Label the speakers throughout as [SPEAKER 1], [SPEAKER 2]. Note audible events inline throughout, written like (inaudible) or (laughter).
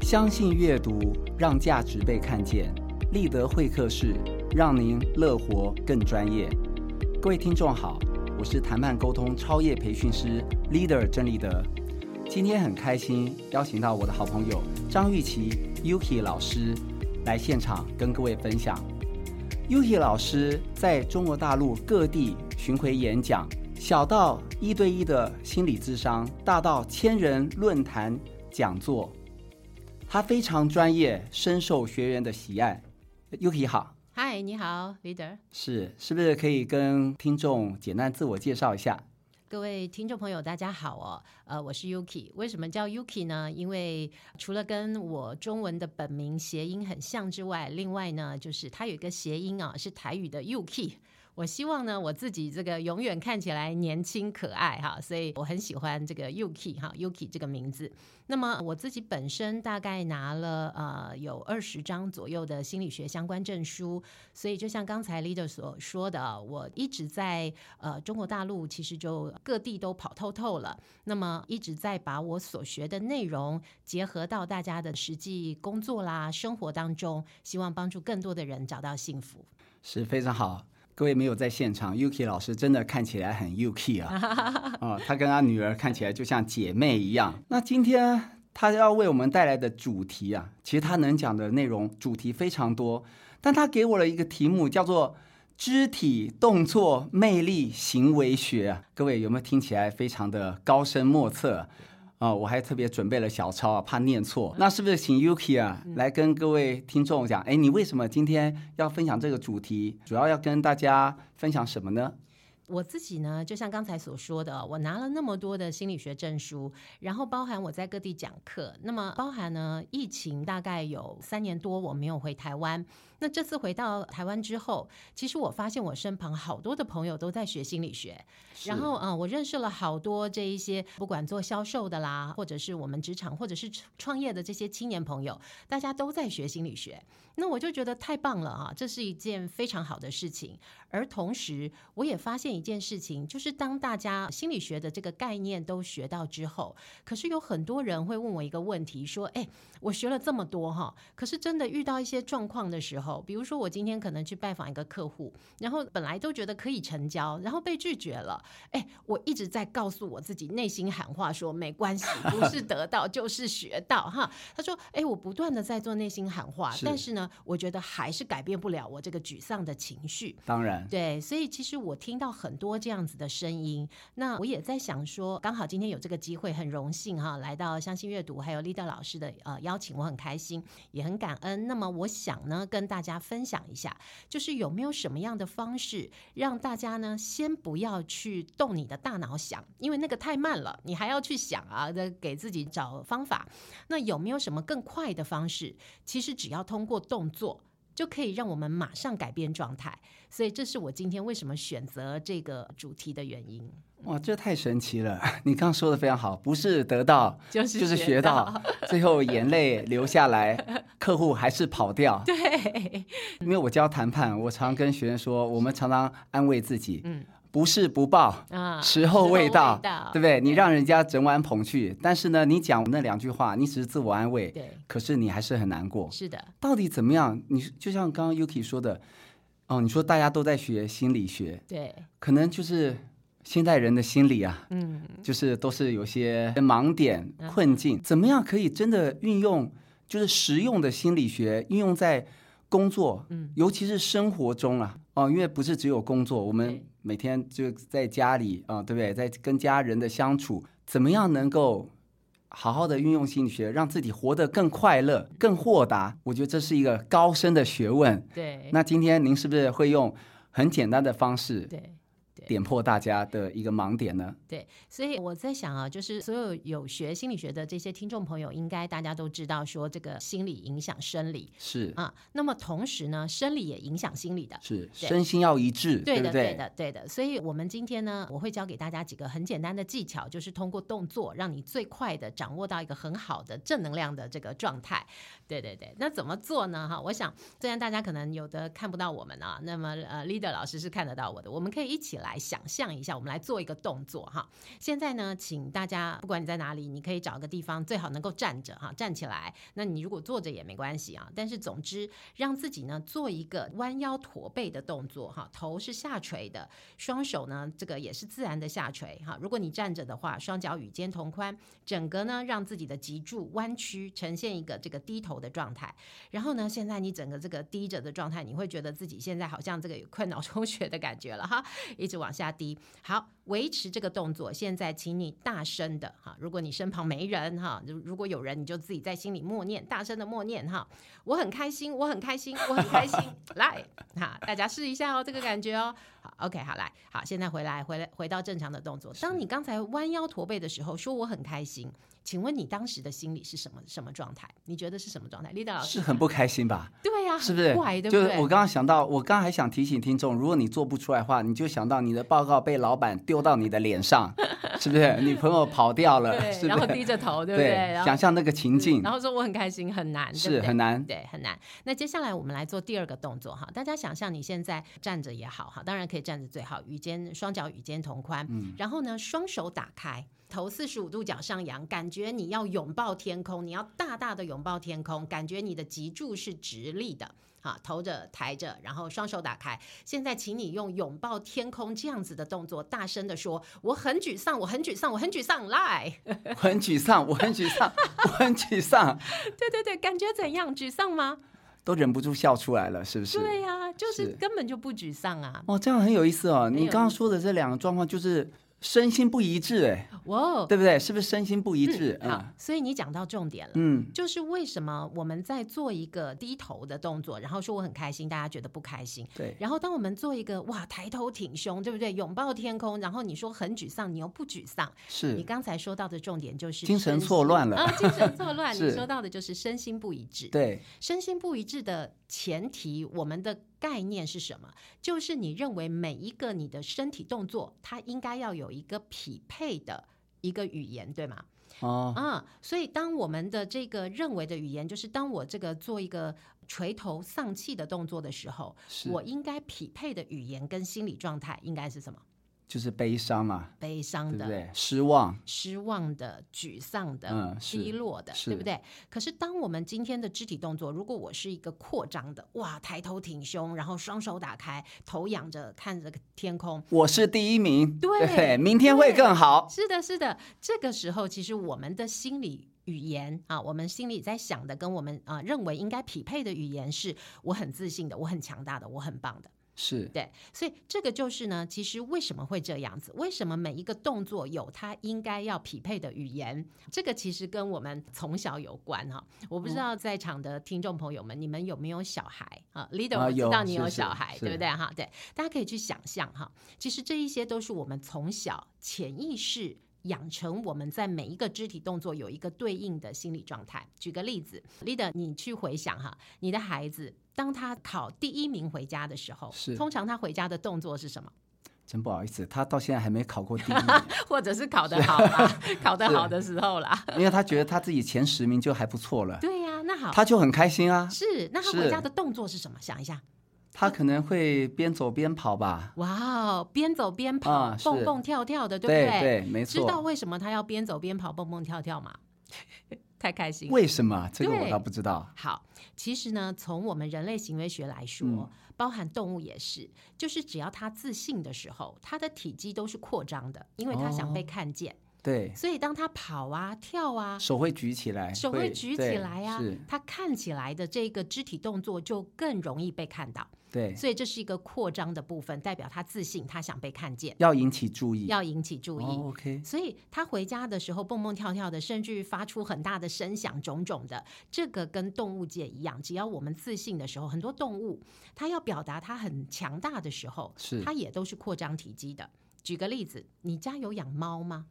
[SPEAKER 1] 相信阅读，让价值被看见。立德会客室，让您乐活更专业。各位听众好，我是谈判沟通超业培训师 Leader 郑立德。今天很开心邀请到我的好朋友张玉琪 Yuki 老师来现场跟各位分享。Yuki 老师在中国大陆各地巡回演讲，小到一对一的心理咨商，大到千人论坛讲座。他非常专业，深受学员的喜爱。Yuki 好，
[SPEAKER 2] 嗨，你好，Leader。
[SPEAKER 1] 是是不是可以跟听众简单自我介绍一下？
[SPEAKER 2] 各位听众朋友，大家好哦，呃，我是 Yuki。为什么叫 Yuki 呢？因为除了跟我中文的本名谐音很像之外，另外呢，就是它有一个谐音啊，是台语的 Yuki。我希望呢，我自己这个永远看起来年轻可爱哈，所以我很喜欢这个 Yuki 哈 Yuki 这个名字。那么我自己本身大概拿了呃有二十张左右的心理学相关证书，所以就像刚才 leader 所说的，啊我一直在呃中国大陆其实就各地都跑透透了。那么一直在把我所学的内容结合到大家的实际工作啦、生活当中，希望帮助更多的人找到幸福。
[SPEAKER 1] 是非常好。各位没有在现场，Yuki 老师真的看起来很 Yuki 啊，哦，她跟她女儿看起来就像姐妹一样。那今天她要为我们带来的主题啊，其实她能讲的内容主题非常多，但她给我了一个题目，叫做“肢体动作魅力行为学”。啊各位有没有听起来非常的高深莫测？啊、哦，我还特别准备了小抄啊，怕念错。那是不是请 Yuki 啊
[SPEAKER 2] 嗯
[SPEAKER 1] 来跟各位听众讲？哎，你为什么今天要分享这个主题？主要要跟大家分享什么呢？
[SPEAKER 2] 我自己呢，就像刚才所说的，我拿了那么多的心理学证书，然后包含我在各地讲课，那么包含呢，疫情大概有三年多我没有回台湾。那这次回到台湾之后，其实我发现我身旁好多的朋友都在学心理学，然后啊、呃，我认识了好多这一些不管做销售的啦，或者是我们职场或者是创业的这些青年朋友，大家都在学心理学。那我就觉得太棒了啊，这是一件非常好的事情。而同时，我也发现一件事情，就是当大家心理学的这个概念都学到之后，可是有很多人会问我一个问题，说：“哎，我学了这么多哈，可是真的遇到一些状况的时候。”比如说，我今天可能去拜访一个客户，然后本来都觉得可以成交，然后被拒绝了。哎，我一直在告诉我自己，内心喊话说没关系，不是得到就是学到哈。他说，哎，我不断的在做内心喊话，
[SPEAKER 1] 是
[SPEAKER 2] 但是呢，我觉得还是改变不了我这个沮丧的情绪。
[SPEAKER 1] 当然，
[SPEAKER 2] 对，所以其实我听到很多这样子的声音，那我也在想说，刚好今天有这个机会，很荣幸哈，来到相信阅读还有 l e a d e r 老师的呃邀请，我很开心，也很感恩。那么我想呢，跟大大家分享一下，就是有没有什么样的方式让大家呢，先不要去动你的大脑想，因为那个太慢了，你还要去想啊，给自己找方法。那有没有什么更快的方式？其实只要通过动作。就可以让我们马上改变状态，所以这是我今天为什么选择这个主题的原因。
[SPEAKER 1] 哇，这太神奇了！ (laughs) 你刚说的非常好，不是得到
[SPEAKER 2] 就是
[SPEAKER 1] 就是
[SPEAKER 2] 学
[SPEAKER 1] 到，最后眼泪流下来， (laughs) 客户还是跑掉。
[SPEAKER 2] 对，
[SPEAKER 1] 因为我教谈判，我常跟学员说，我们常常安慰自己，
[SPEAKER 2] 嗯，
[SPEAKER 1] 不是不报，
[SPEAKER 2] (laughs) 啊，
[SPEAKER 1] 时候未到，对不
[SPEAKER 2] 对
[SPEAKER 1] 对？你让人家整晚捧去，但是呢，你讲那两句话，你只是自我安慰，
[SPEAKER 2] 对，
[SPEAKER 1] 可是你还是很难过。
[SPEAKER 2] 是的，
[SPEAKER 1] 到底怎么样？你就像刚刚 Yuki 说的，哦，你说大家都在学心理学，
[SPEAKER 2] 对，
[SPEAKER 1] 可能就是现代人的心理啊，
[SPEAKER 2] 嗯，
[SPEAKER 1] 就是都是有些盲点
[SPEAKER 2] 嗯、
[SPEAKER 1] 困境，怎么样可以真的运用，就是实用的心理学运用在工作，
[SPEAKER 2] 嗯，
[SPEAKER 1] 尤其是生活中啊，哦，因为不是只有工作，我们
[SPEAKER 2] 对
[SPEAKER 1] 每天就在家里啊、对不对？在跟家人的相处，怎么样能够好好的运用心理学，让自己活得更快乐、
[SPEAKER 2] 嗯
[SPEAKER 1] 更豁达？我觉得这是一个高深的学问。
[SPEAKER 2] 对，
[SPEAKER 1] 那今天您是不是会用很简单的方式
[SPEAKER 2] 对。对
[SPEAKER 1] 点破大家的一个盲点呢？
[SPEAKER 2] 对，所以我在想啊，就是所有有学心理学的这些听众朋友，应该大家都知道，说这个心理影响生理
[SPEAKER 1] 是
[SPEAKER 2] 啊。那么同时呢，生理也影响心理的。
[SPEAKER 1] 是，
[SPEAKER 2] 啊对
[SPEAKER 1] 身心要一致，
[SPEAKER 2] 对
[SPEAKER 1] 不
[SPEAKER 2] 的，
[SPEAKER 1] 对？
[SPEAKER 2] 的，对的。所以，我们今天呢，我会教给大家几个很简单的技巧，就是通过动作，让你最快的掌握到一个很好的正能量的这个状态。对对对，那怎么做呢？哈，我想虽然大家可能有的看不到我们啊，那么呃，leader 老师是看得到我的，我们可以一起来想象一下，我们来做一个动作哈。现在呢，请大家不管你在哪里，你可以找个地方，最好能够站着哈，站起来。那你如果坐着也没关系啊，但是总之让自己呢做一个弯腰驼背的动作哈，头是下垂的，双手呢这个也是自然的下垂哈。如果你站着的话，双脚与肩同宽，整个呢让自己的脊柱弯曲，呈现一个这个低头的状态。然后呢，现在你整个这个低着的状态，你会觉得自己现在好像这个有快脑 (laughs) 充血的感觉了哈，一直往下低。好，维持这个动作。现在，请你大声的哈，如果你身旁没人哈，如如果有人，你就自己在心里默念，大声的默念哈，我很开心，我很开心，我很开心。来，哈，大家试一下哦，这个感觉哦。好，OK，好，来，好，现在回来，回来，回到正常的动作。当你刚才弯腰驼背的时候，说我很开心，请问你当时的心里是什么什么状态？你觉得是什么状态？Lida 老师
[SPEAKER 1] 是很不开心吧？
[SPEAKER 2] 对呀、
[SPEAKER 1] 是不是？
[SPEAKER 2] 很怪对不
[SPEAKER 1] 就是
[SPEAKER 2] 对？
[SPEAKER 1] 我刚刚想到，我刚刚还想提醒听众，如果你做不出来的话，你就想到你的报告被老板丢到你的脸
[SPEAKER 2] (laughs)
[SPEAKER 1] 上，是不是？女朋友跑掉了，
[SPEAKER 2] 对，
[SPEAKER 1] 是
[SPEAKER 2] 然
[SPEAKER 1] 不
[SPEAKER 2] 后
[SPEAKER 1] 是？
[SPEAKER 2] 低着头，对
[SPEAKER 1] 对
[SPEAKER 2] 不对？然后
[SPEAKER 1] 想象那个情境
[SPEAKER 2] 然后说我很开心，很难，对
[SPEAKER 1] 是
[SPEAKER 2] 不对
[SPEAKER 1] 很难。
[SPEAKER 2] 对，很难。那接下来我们来做第二个动作哈，大家想象你现在站着也好哈，当然可以站着最好，与肩双脚与肩同宽，然后呢双手打开，头四十五度角上扬，感觉你要拥抱天空，你要大大的拥抱天空，感觉你的脊柱是直立的。啊，头着抬着，然后双手打开。现在，请你用拥抱天空这样子的动作，大声的说：“我很沮丧，我很沮丧，我很沮丧。”来，
[SPEAKER 1] 我很沮丧，我很沮丧，我很沮丧，
[SPEAKER 2] (laughs) 对对对，感觉怎样？沮丧吗？
[SPEAKER 1] 都忍不住笑出来了，是不是？
[SPEAKER 2] 对呀、就是
[SPEAKER 1] 是
[SPEAKER 2] 根本就不沮丧啊！
[SPEAKER 1] 哦，这样很有意思哦。
[SPEAKER 2] 很有
[SPEAKER 1] 你刚
[SPEAKER 2] 意
[SPEAKER 1] 刚
[SPEAKER 2] 思
[SPEAKER 1] 说的这两个状况就是身心不一致，哎，
[SPEAKER 2] 哇哦，
[SPEAKER 1] 对不对？是不是身心不一致？
[SPEAKER 2] 嗯好
[SPEAKER 1] 啊，，
[SPEAKER 2] 所以你讲到重点了。
[SPEAKER 1] 嗯，
[SPEAKER 2] 就是为什么我们在做一个低头的动作，然后说我很开心，大家觉得不开心。
[SPEAKER 1] 对，
[SPEAKER 2] 然后当我们做一个哇抬头挺胸，对不对？拥抱天空，然后你说很沮丧，你又不沮丧。你
[SPEAKER 1] 是
[SPEAKER 2] 刚才说到的重点就是
[SPEAKER 1] 精神
[SPEAKER 2] 身心
[SPEAKER 1] 错乱了
[SPEAKER 2] 啊，精
[SPEAKER 1] (laughs)
[SPEAKER 2] 神错乱。你
[SPEAKER 1] 是
[SPEAKER 2] 说到的就是身心不一致。
[SPEAKER 1] 对，
[SPEAKER 2] 身心不一致的前提，我们的概念是什么？就是你认为每一个你的身体动作，它应该要有一个匹配的一个语言，对吗？
[SPEAKER 1] 哦，
[SPEAKER 2] 啊，所以当我们的这个认为的语言，就是当我这个做一个垂头丧气的动作的时候，
[SPEAKER 1] 是，
[SPEAKER 2] 我应该匹配的语言跟心理状态应该是什么？
[SPEAKER 1] 就是悲伤嘛，
[SPEAKER 2] 悲伤
[SPEAKER 1] 对
[SPEAKER 2] 嗯的
[SPEAKER 1] 不、对？失望，
[SPEAKER 2] 失望的、沮丧的、
[SPEAKER 1] 嗯是
[SPEAKER 2] 低落的，
[SPEAKER 1] 是
[SPEAKER 2] 对不对？可是当我们今天的肢体动作，如果我是一个扩张的，哇，抬头挺胸，然后双手打开，头仰着看着天空。
[SPEAKER 1] 我是第一名，
[SPEAKER 2] 对
[SPEAKER 1] 明天会更好，
[SPEAKER 2] 是的，是的，这个时候其实我们的心理语言啊，我们心里在想的，跟我们啊、认为应该匹配的语言是：我很自信的，我很强大的，我很棒的。
[SPEAKER 1] 是
[SPEAKER 2] 对，所以这个就是呢，其实为什么会这样子？为什么每一个动作有它应该要匹配的语言？这个其实跟我们从小有关哈、我
[SPEAKER 1] 嗯
[SPEAKER 2] 不知道在场的听众朋友们，你们有没有小孩啊？Leader，
[SPEAKER 1] 啊
[SPEAKER 2] 我知
[SPEAKER 1] 有
[SPEAKER 2] 道你有
[SPEAKER 1] 是是
[SPEAKER 2] 小孩，
[SPEAKER 1] 是
[SPEAKER 2] 对不对哈？对，大家可以去想象哈。其实这一些都是我们从小潜意识。养成我们在每一个肢体动作有一个对应的心理状态。举个例子，leader，你去回想哈，你的孩子当他考第一名回家的时候，
[SPEAKER 1] 是
[SPEAKER 2] 通常他回家的动作是什么？ (laughs)
[SPEAKER 1] 真不好意思，他到现在还没考过第一名，
[SPEAKER 2] 或者是考得好啦， (laughs) 考得好的时候啦。
[SPEAKER 1] 因为他觉得他自己前十名就还不错了，
[SPEAKER 2] 对呀、那好，
[SPEAKER 1] 他就很开心啊。
[SPEAKER 2] 是那他
[SPEAKER 1] 是
[SPEAKER 2] 回家的动作是什么？想一下，
[SPEAKER 1] 他可能会边走边跑吧，
[SPEAKER 2] 哇哦，边走边跑，
[SPEAKER 1] 啊是
[SPEAKER 2] 蹦蹦跳跳的，对不
[SPEAKER 1] 对没
[SPEAKER 2] 知道
[SPEAKER 1] 错。
[SPEAKER 2] 为什么他要边走边跑、蹦蹦跳跳吗？ (laughs) 太开心了。
[SPEAKER 1] 为什么这个
[SPEAKER 2] 对
[SPEAKER 1] 我倒不知道？
[SPEAKER 2] 好，其实呢，从我们人类行为学来说，
[SPEAKER 1] 嗯
[SPEAKER 2] 包含动物也是，就是只要它自信的时候，它的体积都是扩张的，因为它想
[SPEAKER 1] 哦
[SPEAKER 2] 被看见。
[SPEAKER 1] 对，
[SPEAKER 2] 所以当它跑啊、跳啊，
[SPEAKER 1] 手会举起来，
[SPEAKER 2] 手会举起
[SPEAKER 1] 对
[SPEAKER 2] 来啊
[SPEAKER 1] 是，
[SPEAKER 2] 它看起来的这个肢体动作就更容易被看到。
[SPEAKER 1] 对，
[SPEAKER 2] 所以这是一个扩张的部分，代表它自信，它想被看见，
[SPEAKER 1] 要引起注意，
[SPEAKER 2] 要引起注意。
[SPEAKER 1] 哦、OK，
[SPEAKER 2] 所以他回家的时候蹦蹦跳跳的，甚至发出很大的声响，种种的，这个跟动物界一样，只要我们自信的时候，很多动物它要表达它很强大的时候，
[SPEAKER 1] 是
[SPEAKER 2] 它也都是扩张体积的。举个例子，你家有养猫
[SPEAKER 1] (laughs)
[SPEAKER 2] 吗？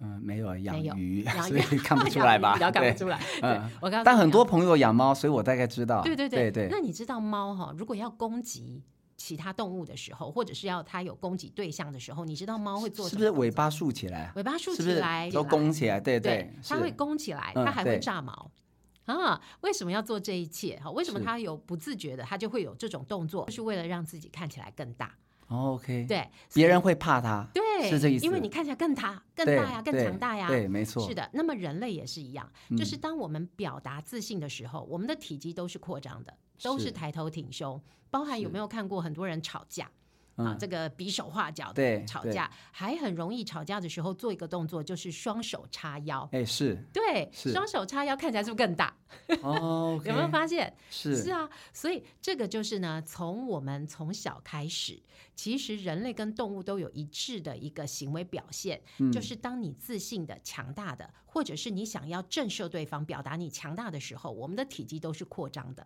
[SPEAKER 1] 嗯，没有养
[SPEAKER 2] 没有
[SPEAKER 1] 鱼，
[SPEAKER 2] 养
[SPEAKER 1] 所以
[SPEAKER 2] (laughs) 鱼
[SPEAKER 1] 看不出
[SPEAKER 2] 养
[SPEAKER 1] 来
[SPEAKER 2] 鱼
[SPEAKER 1] 吧？ (laughs)
[SPEAKER 2] 比较看
[SPEAKER 1] 对
[SPEAKER 2] 不，出来。 (laughs)
[SPEAKER 1] 嗯
[SPEAKER 2] 我告诉你，
[SPEAKER 1] 但很多朋友养猫，所以我大概知道。
[SPEAKER 2] 对对
[SPEAKER 1] 对
[SPEAKER 2] 那你知道猫哈、如果要攻击其他动物的时候，或者是要它有攻击对象的时候，你知道猫会做
[SPEAKER 1] 是
[SPEAKER 2] 什
[SPEAKER 1] 不
[SPEAKER 2] 么？
[SPEAKER 1] 是尾巴竖起来啊？
[SPEAKER 2] 尾巴竖
[SPEAKER 1] 是
[SPEAKER 2] 起
[SPEAKER 1] 不是都
[SPEAKER 2] 来，起来
[SPEAKER 1] 弓起来？对
[SPEAKER 2] 对，它
[SPEAKER 1] 是
[SPEAKER 2] 会弓起来，
[SPEAKER 1] 嗯
[SPEAKER 2] 它还会
[SPEAKER 1] 对
[SPEAKER 2] 炸毛。啊，为什么要做这一切？哈，为什么
[SPEAKER 1] 是
[SPEAKER 2] 它有不自觉的，它就会有这种动作，就是为了让自己看起来更大。
[SPEAKER 1] 哦，OK，，
[SPEAKER 2] 对，
[SPEAKER 1] 别人会怕他，
[SPEAKER 2] 对，
[SPEAKER 1] 是这意思，
[SPEAKER 2] 因为你看起来更大、更
[SPEAKER 1] 对
[SPEAKER 2] 大呀、更
[SPEAKER 1] 对
[SPEAKER 2] 强大呀。
[SPEAKER 1] 对，没错，嗯
[SPEAKER 2] 是
[SPEAKER 1] 的，
[SPEAKER 2] 的，那么人类也是一样，就是当我们表达自信的时候，我们的体积都是扩张的，都
[SPEAKER 1] 是
[SPEAKER 2] 是抬头挺胸。包含有没有看过很多人吵架啊
[SPEAKER 1] 嗯，，
[SPEAKER 2] 这个比手画脚
[SPEAKER 1] 对
[SPEAKER 2] 的吵架，还很容易吵架的时候做一个动作，就是双手叉腰。
[SPEAKER 1] 哎，
[SPEAKER 2] (laughs)
[SPEAKER 1] 是
[SPEAKER 2] 对，
[SPEAKER 1] 是
[SPEAKER 2] 双手叉腰看起来是不是更大？
[SPEAKER 1] 哦，OK，
[SPEAKER 2] 有没有发现？
[SPEAKER 1] 是
[SPEAKER 2] 是啊，所以这个就是呢，从我们从小开始，其实人类跟动物都有一致的一个行为表现，
[SPEAKER 1] 嗯
[SPEAKER 2] 就是当你自信的、强大的，或者是你想要震慑对方、表达你强大的时候，我们的体积都是扩张的。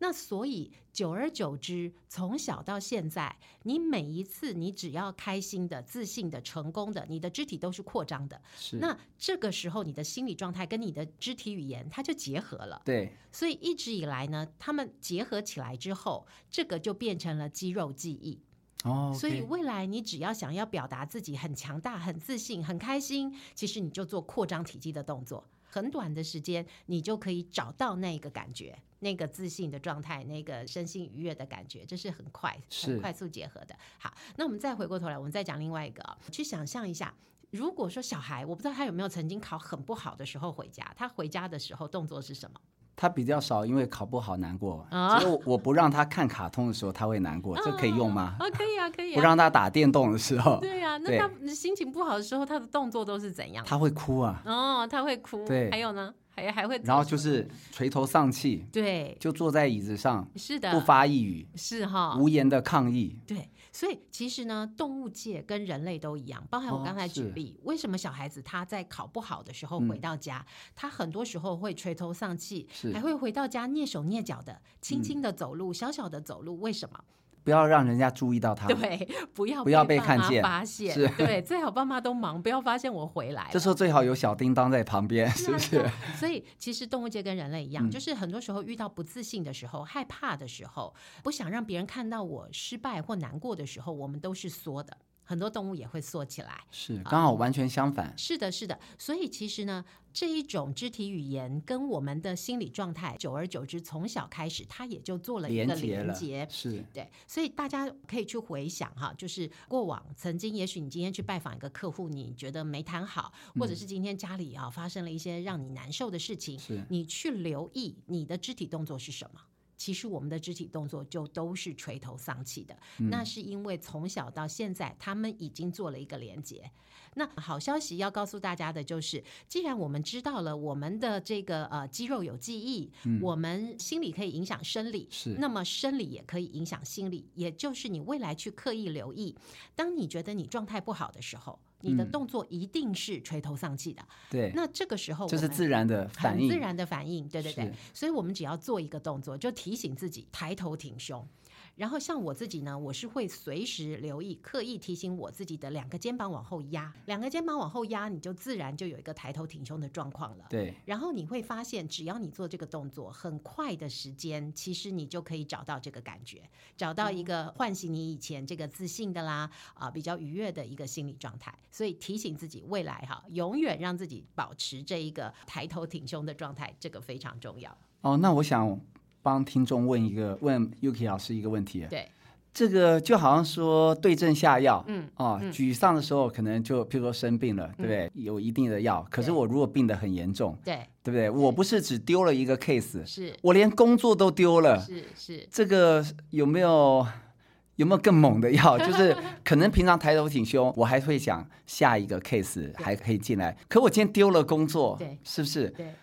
[SPEAKER 2] 那所以，久而久之，从小到现在，你每一次你只要开心的、自信的、成功的，你的肢体都是扩张的。
[SPEAKER 1] 是，
[SPEAKER 2] 那这个时候，你的心理状态跟你的肢体语言，它就结合了。
[SPEAKER 1] 对，
[SPEAKER 2] 所以一直以来呢，他们结合起来之后，这个就变成了肌肉记忆。
[SPEAKER 1] 哦，
[SPEAKER 2] 所以未来你只要想要表达自己很强大、很自信、很开心，其实你就做扩张体积的动作，很短的时间你就可以找到那个感觉。那个自信的状态，那个身心愉悦的感觉，这是很快、
[SPEAKER 1] 是
[SPEAKER 2] 很快速结合的。好，那我们再回过头来，我们再讲另外一个哦、去想象一下，如果说小孩，我不知道他有没有曾经考很不好的时候回家，他回家的时候动作是什么？
[SPEAKER 1] 他比较少，因为考不好难过，
[SPEAKER 2] 啊
[SPEAKER 1] 只有我不让他看卡通的时候他会难过，这可以用吗？
[SPEAKER 2] 啊，可以啊，可以
[SPEAKER 1] 不
[SPEAKER 2] 啊。
[SPEAKER 1] 让他打电动的时候，
[SPEAKER 2] 对啊，那
[SPEAKER 1] 对
[SPEAKER 2] 他心情不好的时候，他的动作都是怎样？
[SPEAKER 1] 他会哭啊，
[SPEAKER 2] 哦，他会哭。
[SPEAKER 1] 对
[SPEAKER 2] 还有呢，还还会做什么。
[SPEAKER 1] 然后就是垂头丧气，
[SPEAKER 2] 对，
[SPEAKER 1] 就坐在椅子上
[SPEAKER 2] 是啊的，
[SPEAKER 1] 不发一语，
[SPEAKER 2] 是哈。
[SPEAKER 1] 无言的抗议。
[SPEAKER 2] 对，所以其实呢，动物界跟人类都一样，包含
[SPEAKER 1] 哦
[SPEAKER 2] 我刚才举
[SPEAKER 1] 是嗯
[SPEAKER 2] 例，为什么小孩子他在考不好的时候回到家，他很多时候会垂头丧气
[SPEAKER 1] 是，嗯
[SPEAKER 2] 还会回到家蹑手蹑脚的，轻轻的走路，小小的走路，为什么？
[SPEAKER 1] 不要让人家注意到他。，
[SPEAKER 2] 对，不要
[SPEAKER 1] 啊不要被
[SPEAKER 2] 被爸
[SPEAKER 1] 看
[SPEAKER 2] 妈
[SPEAKER 1] 见
[SPEAKER 2] 发现
[SPEAKER 1] 是，
[SPEAKER 2] 对，最好爸妈都忙，不要发现我回来了。
[SPEAKER 1] (laughs) 这时候最好有小叮当在旁边， (laughs) 是不
[SPEAKER 2] 是
[SPEAKER 1] 是嗯
[SPEAKER 2] 啊？是啊 (laughs) 所以其实动物界跟人类一样，就是很多时候遇到不自信的时候、害怕的时候、不想让别人看到我失败或难过的时候，我们都是缩的。很多动物也会缩起来。
[SPEAKER 1] 是，刚
[SPEAKER 2] 哦
[SPEAKER 1] 好完全相反。
[SPEAKER 2] 是的，是的。所以其实呢，这一种肢体语言跟我们的心理状态，久而久之，从小开始，它也就做了一
[SPEAKER 1] 连
[SPEAKER 2] 个
[SPEAKER 1] 结
[SPEAKER 2] 连
[SPEAKER 1] 了
[SPEAKER 2] 接。
[SPEAKER 1] 是
[SPEAKER 2] 对，所以大家可以去回想哈，就是过往曾经，也许你今天去拜访一个客户，你觉得没谈好，或
[SPEAKER 1] 嗯
[SPEAKER 2] 者是今天家里啊发生了一些让你难受的事情，
[SPEAKER 1] 是
[SPEAKER 2] 你去留意你的肢体动作是什么。其实我们的肢体动作就都是垂头丧气的，
[SPEAKER 1] 嗯
[SPEAKER 2] 那是因为从小到现在他们已经做了一个连接。那好消息要告诉大家的就是，既然我们知道了我们的这个呃肌肉有记忆，
[SPEAKER 1] 嗯
[SPEAKER 2] 我们心理可以影响生理，
[SPEAKER 1] 是，
[SPEAKER 2] 那么生理也可以影响心理，也就是你未来去刻意留意，当你觉得你状态不好的时候，你的动作一定是垂头丧气的。
[SPEAKER 1] 嗯对，
[SPEAKER 2] 那这个时候我
[SPEAKER 1] 这是
[SPEAKER 2] 们
[SPEAKER 1] 自然的反
[SPEAKER 2] 很自
[SPEAKER 1] 应。
[SPEAKER 2] 然的反应，对对对
[SPEAKER 1] 是。
[SPEAKER 2] 所以我们只要做一个动作，就提醒自己抬头挺胸。然后像我自己呢，我是会随时留意、刻意提醒我自己的两个肩膀往后压，两个肩膀往后压，你就自然就有一个抬头挺胸的状况了。
[SPEAKER 1] 对，
[SPEAKER 2] 然后你会发现，只要你做这个动作，很快的时间，其实你就可以找到这个感觉，找到
[SPEAKER 1] 嗯
[SPEAKER 2] 一个唤醒你以前这个自信的啦，啊、比较愉悦的一个心理状态。所以提醒自己，未来哈，永远让自己保持这一个抬头挺胸的状态，这个非常重要。
[SPEAKER 1] 哦，那我想帮听众问一个，问 Yuki 老师一个问题。
[SPEAKER 2] 对，
[SPEAKER 1] 这个就好像说对症下药，
[SPEAKER 2] 嗯，
[SPEAKER 1] 哦，沮丧的时候可能就譬如说生病了，对不对？有一定的药，可是
[SPEAKER 2] 对
[SPEAKER 1] 我如果病得很严重，
[SPEAKER 2] 对，
[SPEAKER 1] 对不对？我不是只丢了一个 case，
[SPEAKER 2] 是
[SPEAKER 1] 我连工作都丢了，
[SPEAKER 2] 是是，
[SPEAKER 1] 这个有没有？有没有更猛的
[SPEAKER 2] (laughs)
[SPEAKER 1] 药？就是可能平常抬头挺胸，我还会想下一个 case 还可以进来。可我今天丢了工作，
[SPEAKER 2] 对
[SPEAKER 1] 是不是？
[SPEAKER 2] 对。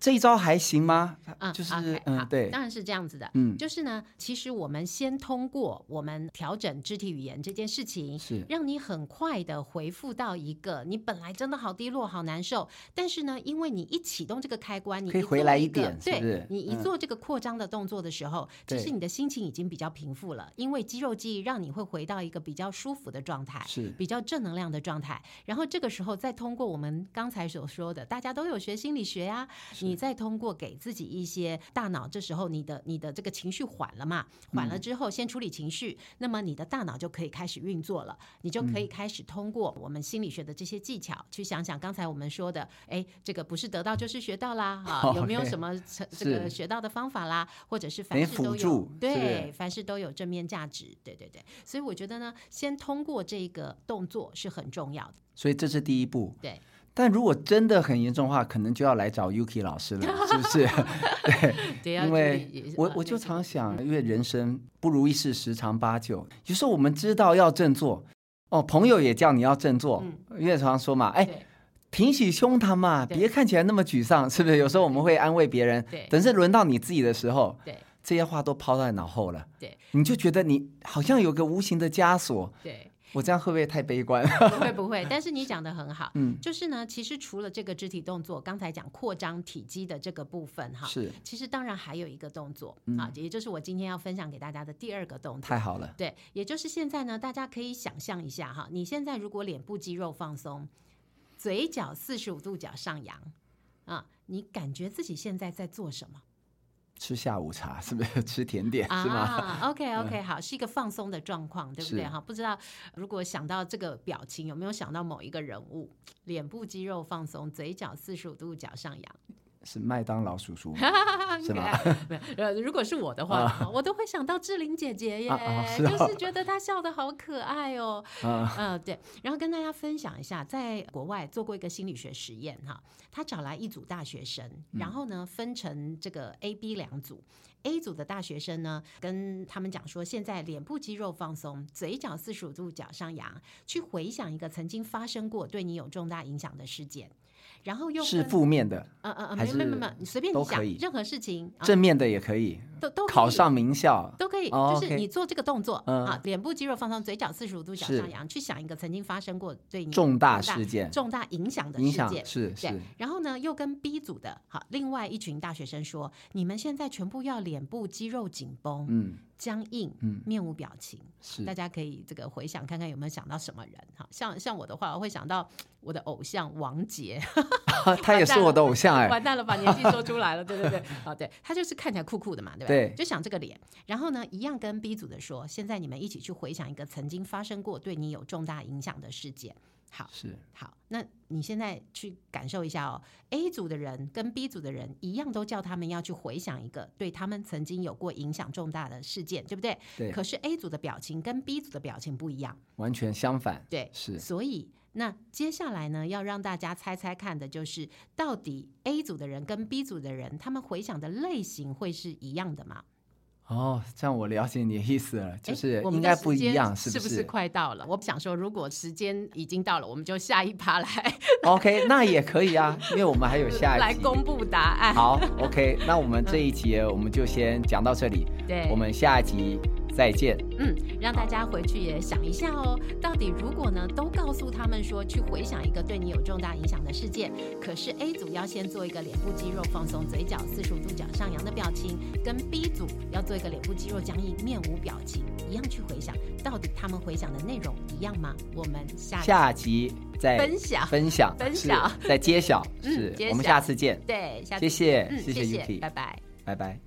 [SPEAKER 1] 这一招还行吗？
[SPEAKER 2] 嗯，
[SPEAKER 1] 就是
[SPEAKER 2] OK，
[SPEAKER 1] 嗯
[SPEAKER 2] 好
[SPEAKER 1] 对
[SPEAKER 2] 当然是这样子的。
[SPEAKER 1] 嗯
[SPEAKER 2] 就是呢，其实我们先通过我们调整肢体语言这件事情，
[SPEAKER 1] 是
[SPEAKER 2] 让你很快的回复到一个你本来真的好低落、好难受，但是呢，因为你一启动这个开关，你
[SPEAKER 1] 可以
[SPEAKER 2] 一做
[SPEAKER 1] 回来
[SPEAKER 2] 一
[SPEAKER 1] 一
[SPEAKER 2] 个
[SPEAKER 1] 点是不是
[SPEAKER 2] 对，你一
[SPEAKER 1] 嗯
[SPEAKER 2] 做这个扩张的动作的时候，其
[SPEAKER 1] 对
[SPEAKER 2] 实你的心情已经比较平复了，因为肌肉记忆让你会回到一个比较舒服的状态。
[SPEAKER 1] 是
[SPEAKER 2] 比较正能量的状态，然后这个时候再通过我们刚才所说的，大家都有学心理学呀、啊
[SPEAKER 1] 是
[SPEAKER 2] 你再通过给自己一些大脑，这时候你的你的这个情绪缓了嘛，
[SPEAKER 1] 嗯
[SPEAKER 2] 缓了之后先处理情绪，那么你的大脑就可以开始运作了，你就可
[SPEAKER 1] 嗯
[SPEAKER 2] 以开始通过我们心理学的这些技巧去想想刚才我们说的，哎，这个不是得到就是学到啦，啊，有没有
[SPEAKER 1] OK
[SPEAKER 2] 什么成这个
[SPEAKER 1] 是
[SPEAKER 2] 学到的方法啦，或者是
[SPEAKER 1] 等
[SPEAKER 2] 凡
[SPEAKER 1] 于
[SPEAKER 2] 事
[SPEAKER 1] 辅
[SPEAKER 2] 都有
[SPEAKER 1] 助是不是
[SPEAKER 2] 对，凡事都有正面价值，对对对，所以我觉得呢，先通过这个动作是很重要的，
[SPEAKER 1] 所以这是第一步。 (laughs)
[SPEAKER 2] 对。
[SPEAKER 1] 但如果真的很严重的话，可能就要来找 Yuki 老师了，是不是？
[SPEAKER 2] (laughs) 对，要
[SPEAKER 1] 因
[SPEAKER 2] 注
[SPEAKER 1] 为
[SPEAKER 2] 意
[SPEAKER 1] 我
[SPEAKER 2] 呃
[SPEAKER 1] 我就
[SPEAKER 2] 对
[SPEAKER 1] 常想，因为人生不如意事十常八九，有时候我们知道要振作，哦，朋友也叫你要振作，
[SPEAKER 2] 嗯
[SPEAKER 1] 因为常说嘛，哎，
[SPEAKER 2] 对
[SPEAKER 1] 挺起胸膛嘛，
[SPEAKER 2] 对
[SPEAKER 1] 别看起来那么沮丧，是不是？有时候我们会安慰别人
[SPEAKER 2] 对，
[SPEAKER 1] 等是轮到你自己的时候，
[SPEAKER 2] 对
[SPEAKER 1] 这些话都抛在脑后了，
[SPEAKER 2] 对
[SPEAKER 1] 你就觉得你好像有个无形的枷锁， (laughs)
[SPEAKER 2] 对，
[SPEAKER 1] 我这样会不会太悲观？
[SPEAKER 2] 不会不会，但是你讲的很好，
[SPEAKER 1] 嗯，
[SPEAKER 2] 就是呢，其实除了这个肢体动作，刚才讲扩张体积的这个部分哈，
[SPEAKER 1] 是，嗯
[SPEAKER 2] 其实当然还有一个动作啊，也就是我今天要分享给大家的第二个动作
[SPEAKER 1] 太。好了，
[SPEAKER 2] 对，也就是现在呢，大家可以想象一下哈，你现在如果脸部肌肉放松，嘴角四十五度角上扬，啊，你感觉自己现在在做什么？
[SPEAKER 1] 吃下午茶是不是？ (laughs) 吃甜点是吗？嗯
[SPEAKER 2] 啊
[SPEAKER 1] (laughs)
[SPEAKER 2] ，OK OK，好，是一个放松的状况，对不对？
[SPEAKER 1] 是
[SPEAKER 2] 哈，不知道如果想到这个表情，有没有想到某一个人物，脸部肌肉放松，嘴角四十五度角上扬，
[SPEAKER 1] 是麦当劳叔叔吗
[SPEAKER 2] 很
[SPEAKER 1] 是
[SPEAKER 2] 可
[SPEAKER 1] 吗
[SPEAKER 2] 爱。没有呃，如果是我的话，我都会想到志玲姐姐耶，
[SPEAKER 1] 啊啊是哦
[SPEAKER 2] 就是觉得她笑得好可爱哦。
[SPEAKER 1] 啊，
[SPEAKER 2] 嗯、对。然后跟大家分享一下，在国外做过一个心理学实验哈，他找来一组大学生，
[SPEAKER 1] 嗯
[SPEAKER 2] 然后呢分成这个 A、B 两组。A 组的大学生呢，跟他们讲说，现在脸部肌肉放松，嘴角四十五度角上扬，去回想一个曾经发生过对你有重大影响的事件，然后 (laughs) 又
[SPEAKER 1] 是
[SPEAKER 2] 跟
[SPEAKER 1] 负面的，
[SPEAKER 2] 呃呃呃，
[SPEAKER 1] 还
[SPEAKER 2] 没有没有没有
[SPEAKER 1] 是
[SPEAKER 2] 没有，你随便
[SPEAKER 1] 都
[SPEAKER 2] 你
[SPEAKER 1] 可
[SPEAKER 2] 想
[SPEAKER 1] 以
[SPEAKER 2] 任何事情，啊
[SPEAKER 1] 正面的也可以，
[SPEAKER 2] 都都可以
[SPEAKER 1] 考上名校
[SPEAKER 2] 都可以，
[SPEAKER 1] 哦
[SPEAKER 2] 就是
[SPEAKER 1] OK
[SPEAKER 2] 你做这个动作、
[SPEAKER 1] 嗯
[SPEAKER 2] 啊，脸部肌肉放松，嘴角四十五度角
[SPEAKER 1] 是
[SPEAKER 2] 上扬，去想一个曾经发生过对你
[SPEAKER 1] 重大事件
[SPEAKER 2] 嗯重大影响的
[SPEAKER 1] 影
[SPEAKER 2] 事
[SPEAKER 1] 响
[SPEAKER 2] 件。
[SPEAKER 1] 是
[SPEAKER 2] 对
[SPEAKER 1] 是，
[SPEAKER 2] 然后呢，又跟 B 组的好另外一群大学生说，你们现在全部要脸部肌肉紧绷、
[SPEAKER 1] 嗯
[SPEAKER 2] 僵硬、
[SPEAKER 1] 嗯
[SPEAKER 2] 面无表情。
[SPEAKER 1] 是
[SPEAKER 2] 大家可以这个回想看看有没有想到什么人哈，像像我的话，我会想到我的偶像王杰，
[SPEAKER 1] 啊， (laughs) 他也是我的偶像
[SPEAKER 2] (laughs)
[SPEAKER 1] 哎、
[SPEAKER 2] 完蛋了，把年纪说出
[SPEAKER 1] (laughs)
[SPEAKER 2] 来了，对对对，啊，对他就是看起来酷酷的嘛，对吧？
[SPEAKER 1] 对
[SPEAKER 2] 就想这个脸，然后呢，一样跟 B 组的说，现在你们一起去回想一个曾经发生过对你有重大影响的事件。好
[SPEAKER 1] 是
[SPEAKER 2] 好，那你现在去感受一下哦，A 组的人跟 B 组的人一样，都叫他们要去回想一个对他们曾经有过影响重大的事件，对不对？
[SPEAKER 1] 对
[SPEAKER 2] 可是 A 组的表情跟 B 组的表情不一样，
[SPEAKER 1] 完全相反，
[SPEAKER 2] 对，
[SPEAKER 1] 是
[SPEAKER 2] 所以，那接下来呢，要让大家猜猜看的就是，到底 A 组的人跟 B 组的人，他们回想的类型会是一样的吗？
[SPEAKER 1] 哦，这样我了解你的意思了，就
[SPEAKER 2] 诶
[SPEAKER 1] 是
[SPEAKER 2] 哎我
[SPEAKER 1] 应
[SPEAKER 2] 们
[SPEAKER 1] 该
[SPEAKER 2] 的
[SPEAKER 1] 不
[SPEAKER 2] 时间
[SPEAKER 1] 一样，
[SPEAKER 2] 是
[SPEAKER 1] 不
[SPEAKER 2] 是 (laughs) 快到了？我想说，如果时间已经到了，我们就下一趴来
[SPEAKER 1] (laughs) OK，那也可以啊，因为我们还有下
[SPEAKER 2] (laughs) 来
[SPEAKER 1] 一集。
[SPEAKER 2] 公布答案。
[SPEAKER 1] 好，OK，那我们这一集我们就先讲到这里，
[SPEAKER 2] 对，
[SPEAKER 1] 我们下一集再见。
[SPEAKER 2] 嗯，让大家回去也想一下哦。到底如果呢，都告诉他们说去回想一个对你有重大影响的事件，可是 A 组要先做一个脸部肌肉放松、嘴角四十五度角上扬的表情，跟 B 组要做一个脸部肌肉僵硬、面无表情，一样去回想，到底他们回想的内容一样吗？我们下
[SPEAKER 1] 下集再
[SPEAKER 2] 分享
[SPEAKER 1] 分享
[SPEAKER 2] 分
[SPEAKER 1] 是
[SPEAKER 2] 享
[SPEAKER 1] 再揭晓，
[SPEAKER 2] 嗯
[SPEAKER 1] 是
[SPEAKER 2] 揭
[SPEAKER 1] 我们
[SPEAKER 2] 晓
[SPEAKER 1] 下次见，
[SPEAKER 2] 对，下
[SPEAKER 1] 谢
[SPEAKER 2] 次
[SPEAKER 1] 谢
[SPEAKER 2] 嗯，
[SPEAKER 1] 谢
[SPEAKER 2] 谢
[SPEAKER 1] 谢 Yuki，
[SPEAKER 2] 拜拜。
[SPEAKER 1] 拜拜。